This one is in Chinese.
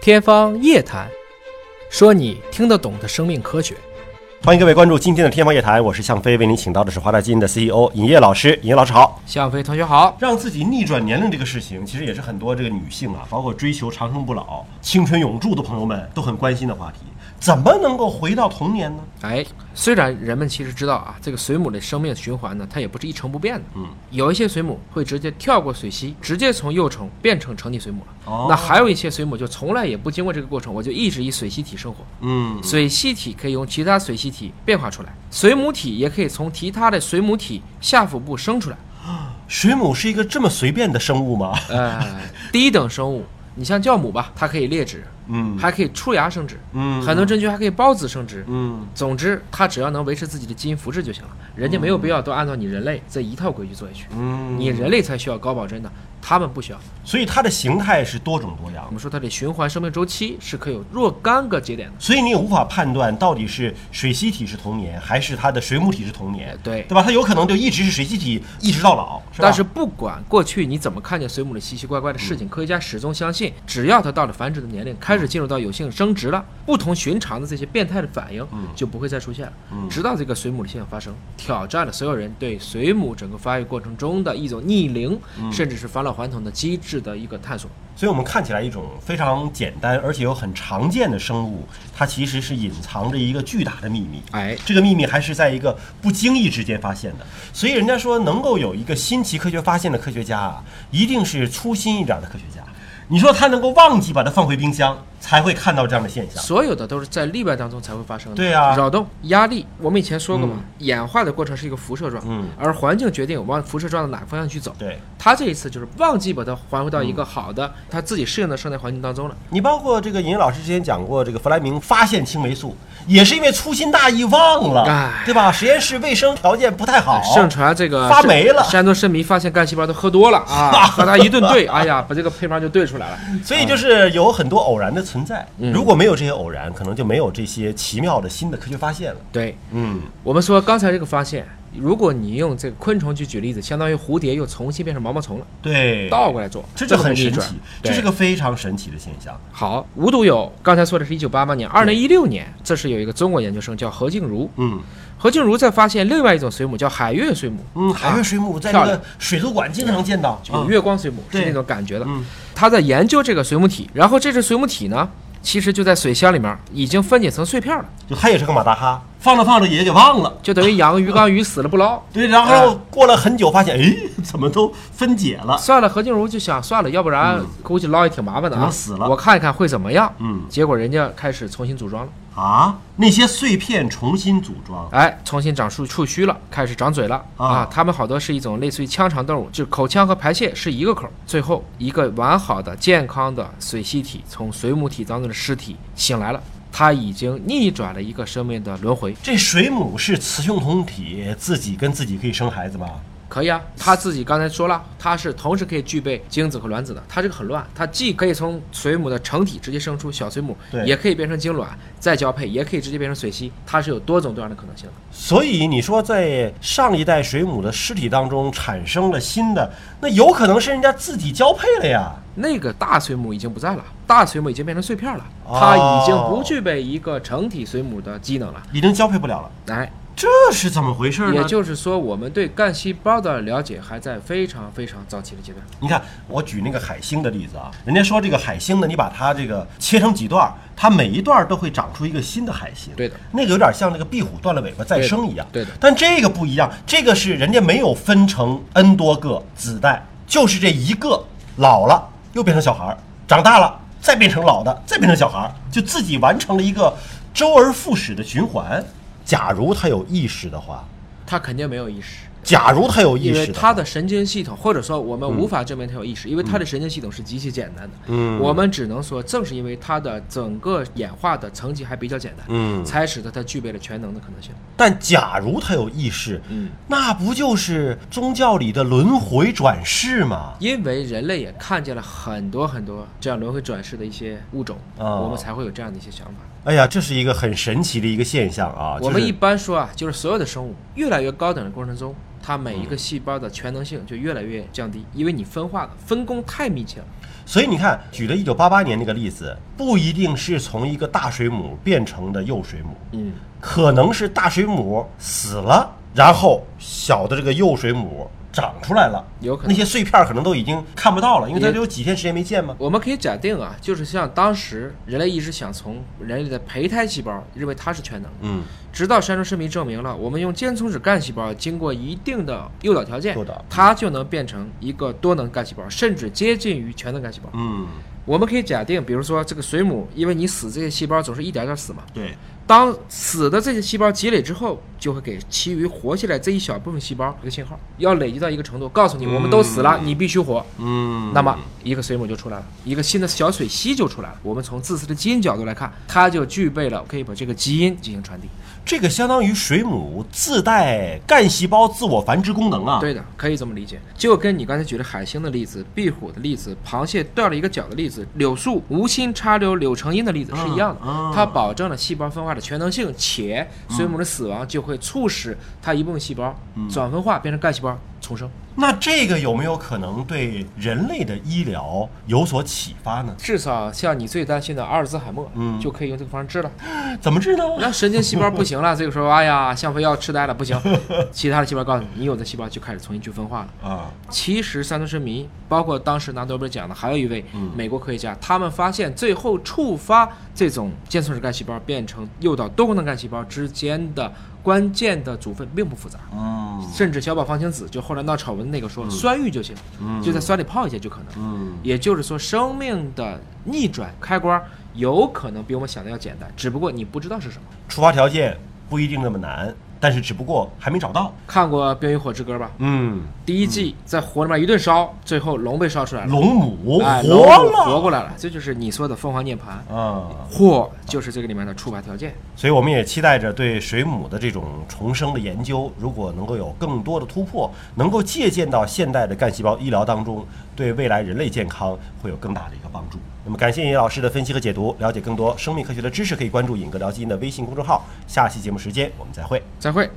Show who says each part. Speaker 1: 天方夜谭，说你听得懂的生命科学。
Speaker 2: 欢迎各位关注今天的《天方夜谭》，我是向飞，为您请到的是华大基因的 CEO 尹烨老师。尹烨老师好。
Speaker 1: 向飞同学好，
Speaker 2: 让自己逆转年龄这个事情，其实也是很多这个女性啊，包括追求长生不老、青春永驻的朋友们都很关心的话题。怎么能够回到童年呢？
Speaker 1: 哎，虽然人们其实知道啊，这个水母的生命循环呢，它也不是一成不变的。
Speaker 2: 嗯，
Speaker 1: 有一些水母会直接跳过水螅，直接从幼虫变成成体水母了。
Speaker 2: 哦
Speaker 1: 那还有一些水母就从来也不经过这个过程，我就一直以水螅体生活。
Speaker 2: 嗯，
Speaker 1: 水螅体可以用其他水螅体变化出来，水母体也可以从其他的水母体下腹部生出来。
Speaker 2: 水母是一个这么随便的生物吗？
Speaker 1: 呃，低等生物，你像酵母吧，它可以裂殖，
Speaker 2: 嗯
Speaker 1: 还可以出芽生殖，
Speaker 2: 嗯
Speaker 1: 很多真菌还可以孢子生殖。
Speaker 2: 嗯，
Speaker 1: 总之，它只要能维持自己的基因复制就行了，人家没有必要都按照你人类这一套规矩做下去。
Speaker 2: 嗯
Speaker 1: 你人类才需要高保真的，他们不需要。
Speaker 2: 所以它的形态是多种多样
Speaker 1: 我。们说它的循环生命周期是可以有若干个节点的。
Speaker 2: 所以你也无法判断到底是水螅体是童年，还是它的水母体是童年，
Speaker 1: 对
Speaker 2: 对吧？它有可能就一直是水螅体，一直到老，是吧？
Speaker 1: 但是不管过去你怎么看见水母的奇奇怪怪的事情，
Speaker 2: 嗯
Speaker 1: 科学家始终相信，只要它到了繁殖的年龄，开始进入到有性生殖了，不同寻常的这些变态的反应
Speaker 2: 嗯
Speaker 1: 就不会再出现了。直到这个水母的现象发生，挑战了所有人对水母整个发育过程中的一种逆龄，
Speaker 2: 嗯
Speaker 1: 甚至是返老还童的机制的一个探索。
Speaker 2: 所以我们看起来一种非常简单而且又很常见的生物，它其实是隐藏着一个巨大的秘密。
Speaker 1: 哎
Speaker 2: 这个秘密还是在一个不经意之间发现的。所以人家说，能够有一个新奇科学发现的科学家啊，一定是粗心一点的科学家。你说他能够忘记把它放回冰箱，才会看到这样的现象。
Speaker 1: 所有的都是在例外当中才会发生的。
Speaker 2: 对啊
Speaker 1: 扰动、压力，我们以前说过嘛，演化的过程是一个辐射状，
Speaker 2: 嗯
Speaker 1: 而环境决定我往辐射状的哪个方向去走。
Speaker 2: 对
Speaker 1: 他这一次就是忘记把它还回到
Speaker 2: 嗯
Speaker 1: 一个好的、他自己适应的生态环境当中了。
Speaker 2: 你包括这个尹老师之前讲过，这个弗莱明发现青霉素，也是因为粗心大意忘了
Speaker 1: 哎，
Speaker 2: 对吧？实验室卫生条件不太好，
Speaker 1: 盛传这个
Speaker 2: 哦发霉了
Speaker 1: 山山东参迷发现干细胞都喝多了 啊，和他一顿对，哎呀，把这个配方就对出来了。
Speaker 2: 所以就是有很多偶然的存在，如果没有这些偶然，可能就没有这些奇妙的新的科学发现了。
Speaker 1: 对
Speaker 2: 嗯，
Speaker 1: 我们说刚才这个发现，如果你用这个昆虫去举例子，相当于蝴蝶又重新变成毛毛虫了，
Speaker 2: 对，
Speaker 1: 倒过来做，
Speaker 2: 这就
Speaker 1: 么
Speaker 2: 很
Speaker 1: 逆
Speaker 2: 神
Speaker 1: 转
Speaker 2: 奇，
Speaker 1: 对
Speaker 2: 这是个非常神奇的现象。
Speaker 1: 好，无独有偶，刚才说的是一九八八年，二零一六年，这是有一个中国研究生叫何静茹，
Speaker 2: 嗯
Speaker 1: 何静茹在发现另外一种水母叫海月水母，
Speaker 2: 嗯，海月水母在
Speaker 1: 漂
Speaker 2: 那
Speaker 1: 亮
Speaker 2: 个水族馆经常见到，
Speaker 1: 有月光水母、是
Speaker 2: 嗯对
Speaker 1: 那种感觉的
Speaker 2: 嗯。
Speaker 1: 他在研究这个水母体，然后这只水母体呢，其实就在水箱里面已经分解成碎片了，
Speaker 2: 就嗯它也是个马达哈，放着放着也给忘了。
Speaker 1: 就等于养个鱼缸鱼死了不捞。
Speaker 2: 对，然后过了很久，发现哎，怎么都分解了。
Speaker 1: 算了，何静茹就想算了，要不然估计捞也挺麻烦的
Speaker 2: 可
Speaker 1: 啊。
Speaker 2: 能嗯死了
Speaker 1: 我看一看会怎么样。
Speaker 2: 嗯
Speaker 1: 结果人家开始重新组装了，
Speaker 2: 啊，那些碎片重新组装，
Speaker 1: 哎，重新长出触须了，开始长嘴了
Speaker 2: 啊
Speaker 1: 啊！它们好多是一种类似于腔肠动物，就是口腔和排泄是一个口。最后，一个完好的、健康的水螅体从水母体当中的尸体醒来了，它已经逆转了一个生命的轮回。
Speaker 2: 这水母是雌雄同体，自己跟自己可以生孩子吧？
Speaker 1: 可以啊，它自己刚才说了，它是同时可以具备精子和卵子的。它这个很乱，它既可以从水母的成体直接生出小水母
Speaker 2: 对，
Speaker 1: 也可以变成精卵再交配，也可以直接变成水螅，它是有多种多样的可能性的。
Speaker 2: 所以你说，在上一代水母的尸体当中产生了新的，那有可能是人家自己交配了呀。
Speaker 1: 那个大水母已经不在了，大水母已经变成碎片了，
Speaker 2: 哦
Speaker 1: 它已经不具备一个成体水母的机能了。
Speaker 2: 已经交配不了了，
Speaker 1: 哎，
Speaker 2: 这是怎么回事呢？
Speaker 1: 也就是说，我们对干细胞的了解还在非常非常早期的阶段。
Speaker 2: 你看，我举那个海星的例子啊，人家说这个海星呢，你把它这个切成几段儿，它每一段儿都会长出一个新的海星。
Speaker 1: 对的，
Speaker 2: 那个有点像那个壁虎断了尾巴再生一样。
Speaker 1: 对的对的
Speaker 2: 但这个不一样，这个是人家没有分成 n 多个子代，就是这一个老了又变成小孩儿，长大了再变成老的，再变成小孩儿，就自己完成了一个周而复始的循环。假如他有意识的话，
Speaker 1: 它肯定没有意识，
Speaker 2: 假如他有意
Speaker 1: 因为
Speaker 2: 识的
Speaker 1: 它
Speaker 2: 话，
Speaker 1: 的神经系统，或者说我们无法证明它有意识，因为它的神经系统是极其简单的。
Speaker 2: 嗯
Speaker 1: 我们只能说，正是因为它的整个演化的层级还比较简单，
Speaker 2: 嗯
Speaker 1: 才使得它具备了全能的可能性。
Speaker 2: 但假如他有意识，
Speaker 1: 嗯，
Speaker 2: 那不就是宗教里的轮回转世吗？
Speaker 1: 因为人类也看见了很多很多这样轮回转世的一些物种，
Speaker 2: 哦
Speaker 1: 我们才会有这样的一些想法。
Speaker 2: 哎呀，这是一个很神奇的一个现象啊！
Speaker 1: 我们
Speaker 2: 就是
Speaker 1: 一般说啊，就是所有的生物越来越高等的过程中，它每一个细胞的全能性就越来越降低，因为你分化了，分工太密切了。
Speaker 2: 所以你看，举了一九八八年那个例子，不一定是从一个大水母变成的幼水母，
Speaker 1: 嗯，
Speaker 2: 可能是大水母死了，然后小的这个幼水母长出来了，
Speaker 1: 有可能
Speaker 2: 那些碎片儿可能都已经看不到了，因为它
Speaker 1: 也
Speaker 2: 只有几天时间没见嘛。
Speaker 1: 我们可以假定啊，就是像当时人类一直想从人类的胚胎细胞认为它是全能的，
Speaker 2: 嗯，
Speaker 1: 直到山中生明证明了，我们用间充质干细胞经过一定的诱导条件
Speaker 2: 诱导，
Speaker 1: 它就能变成一个多能干细胞，甚至接近于全能干细胞。
Speaker 2: 嗯，
Speaker 1: 我们可以假定，比如说这个水母，因为你死这些细胞总是一点点死嘛，
Speaker 2: 对，
Speaker 1: 当死的这些细胞积累之后，就会给其余活下来这一小部分细胞一个信号，要累积到一个程度，告诉你我们都死了，你必须活。
Speaker 2: 嗯，
Speaker 1: 那么一个水母就出来了，一个新的小水螅就出来了。我们从自私的基因角度来看，它就具备了可以把这个基因进行传递。
Speaker 2: 这个相当于水母自带干细胞自我繁殖功能啊。
Speaker 1: 对的，可以这么理解，就跟你刚才举的海星的例子、壁虎的例子、螃蟹断了一个脚的例子、柳树无心插柳柳成荫的例子是一样的。
Speaker 2: 嗯嗯
Speaker 1: 它保证了细胞分化的全能性，且水母的死亡就会促使它一部分细胞
Speaker 2: 嗯
Speaker 1: 转分化变成干细胞重生。
Speaker 2: 那这个有没有可能对人类的医疗有所启发呢？
Speaker 1: 至少像你最担心的阿尔兹海默，
Speaker 2: 嗯
Speaker 1: 就可以用这个方式治了。
Speaker 2: 怎么治呢？
Speaker 1: 那神经细胞不行了， 这个时候，哎呀，降肥药吃呆了，不行。 其他的细胞告诉你，你有的细胞就开始重新去分化了。
Speaker 2: 啊，
Speaker 1: 其实三头身迷，包括当时拿诺贝尔奖的还有一位
Speaker 2: 嗯
Speaker 1: 美国科学家，他们发现最后触发这种间充质干细胞变成诱导多功能干细胞之间的关键的组分并不复杂，
Speaker 2: 嗯
Speaker 1: 甚至小饱芳清子就后来闹丑闻那个说酸浴就行，就在酸里泡一下就可能。
Speaker 2: 嗯
Speaker 1: 也就是说，生命的逆转开关有可能比我们想的要简单，只不过你不知道是什么。
Speaker 2: 触发条件不一定那么难，但是只不过还没找到。
Speaker 1: 看过《冰与火之歌》吧？
Speaker 2: 嗯，
Speaker 1: 第一季在火里面一顿烧，最后龙被烧出来了，
Speaker 2: 龙母
Speaker 1: 哎
Speaker 2: 哦活
Speaker 1: 龙
Speaker 2: 了，
Speaker 1: 活过来了，这就是你说的凤凰涅槃。
Speaker 2: 啊！
Speaker 1: 或就是这个里面的触发条件。
Speaker 2: 所以我们也期待着对水母的这种重生的研究，如果能够有更多的突破，能够借鉴到现代的干细胞医疗当中，对未来人类健康会有更大的一个帮助。那么感谢尹老师的分析和解读，了解更多生命科学的知识，可以关注“尹哥聊基因”的微信公众号。下期节目时间我们再会。
Speaker 1: 再会。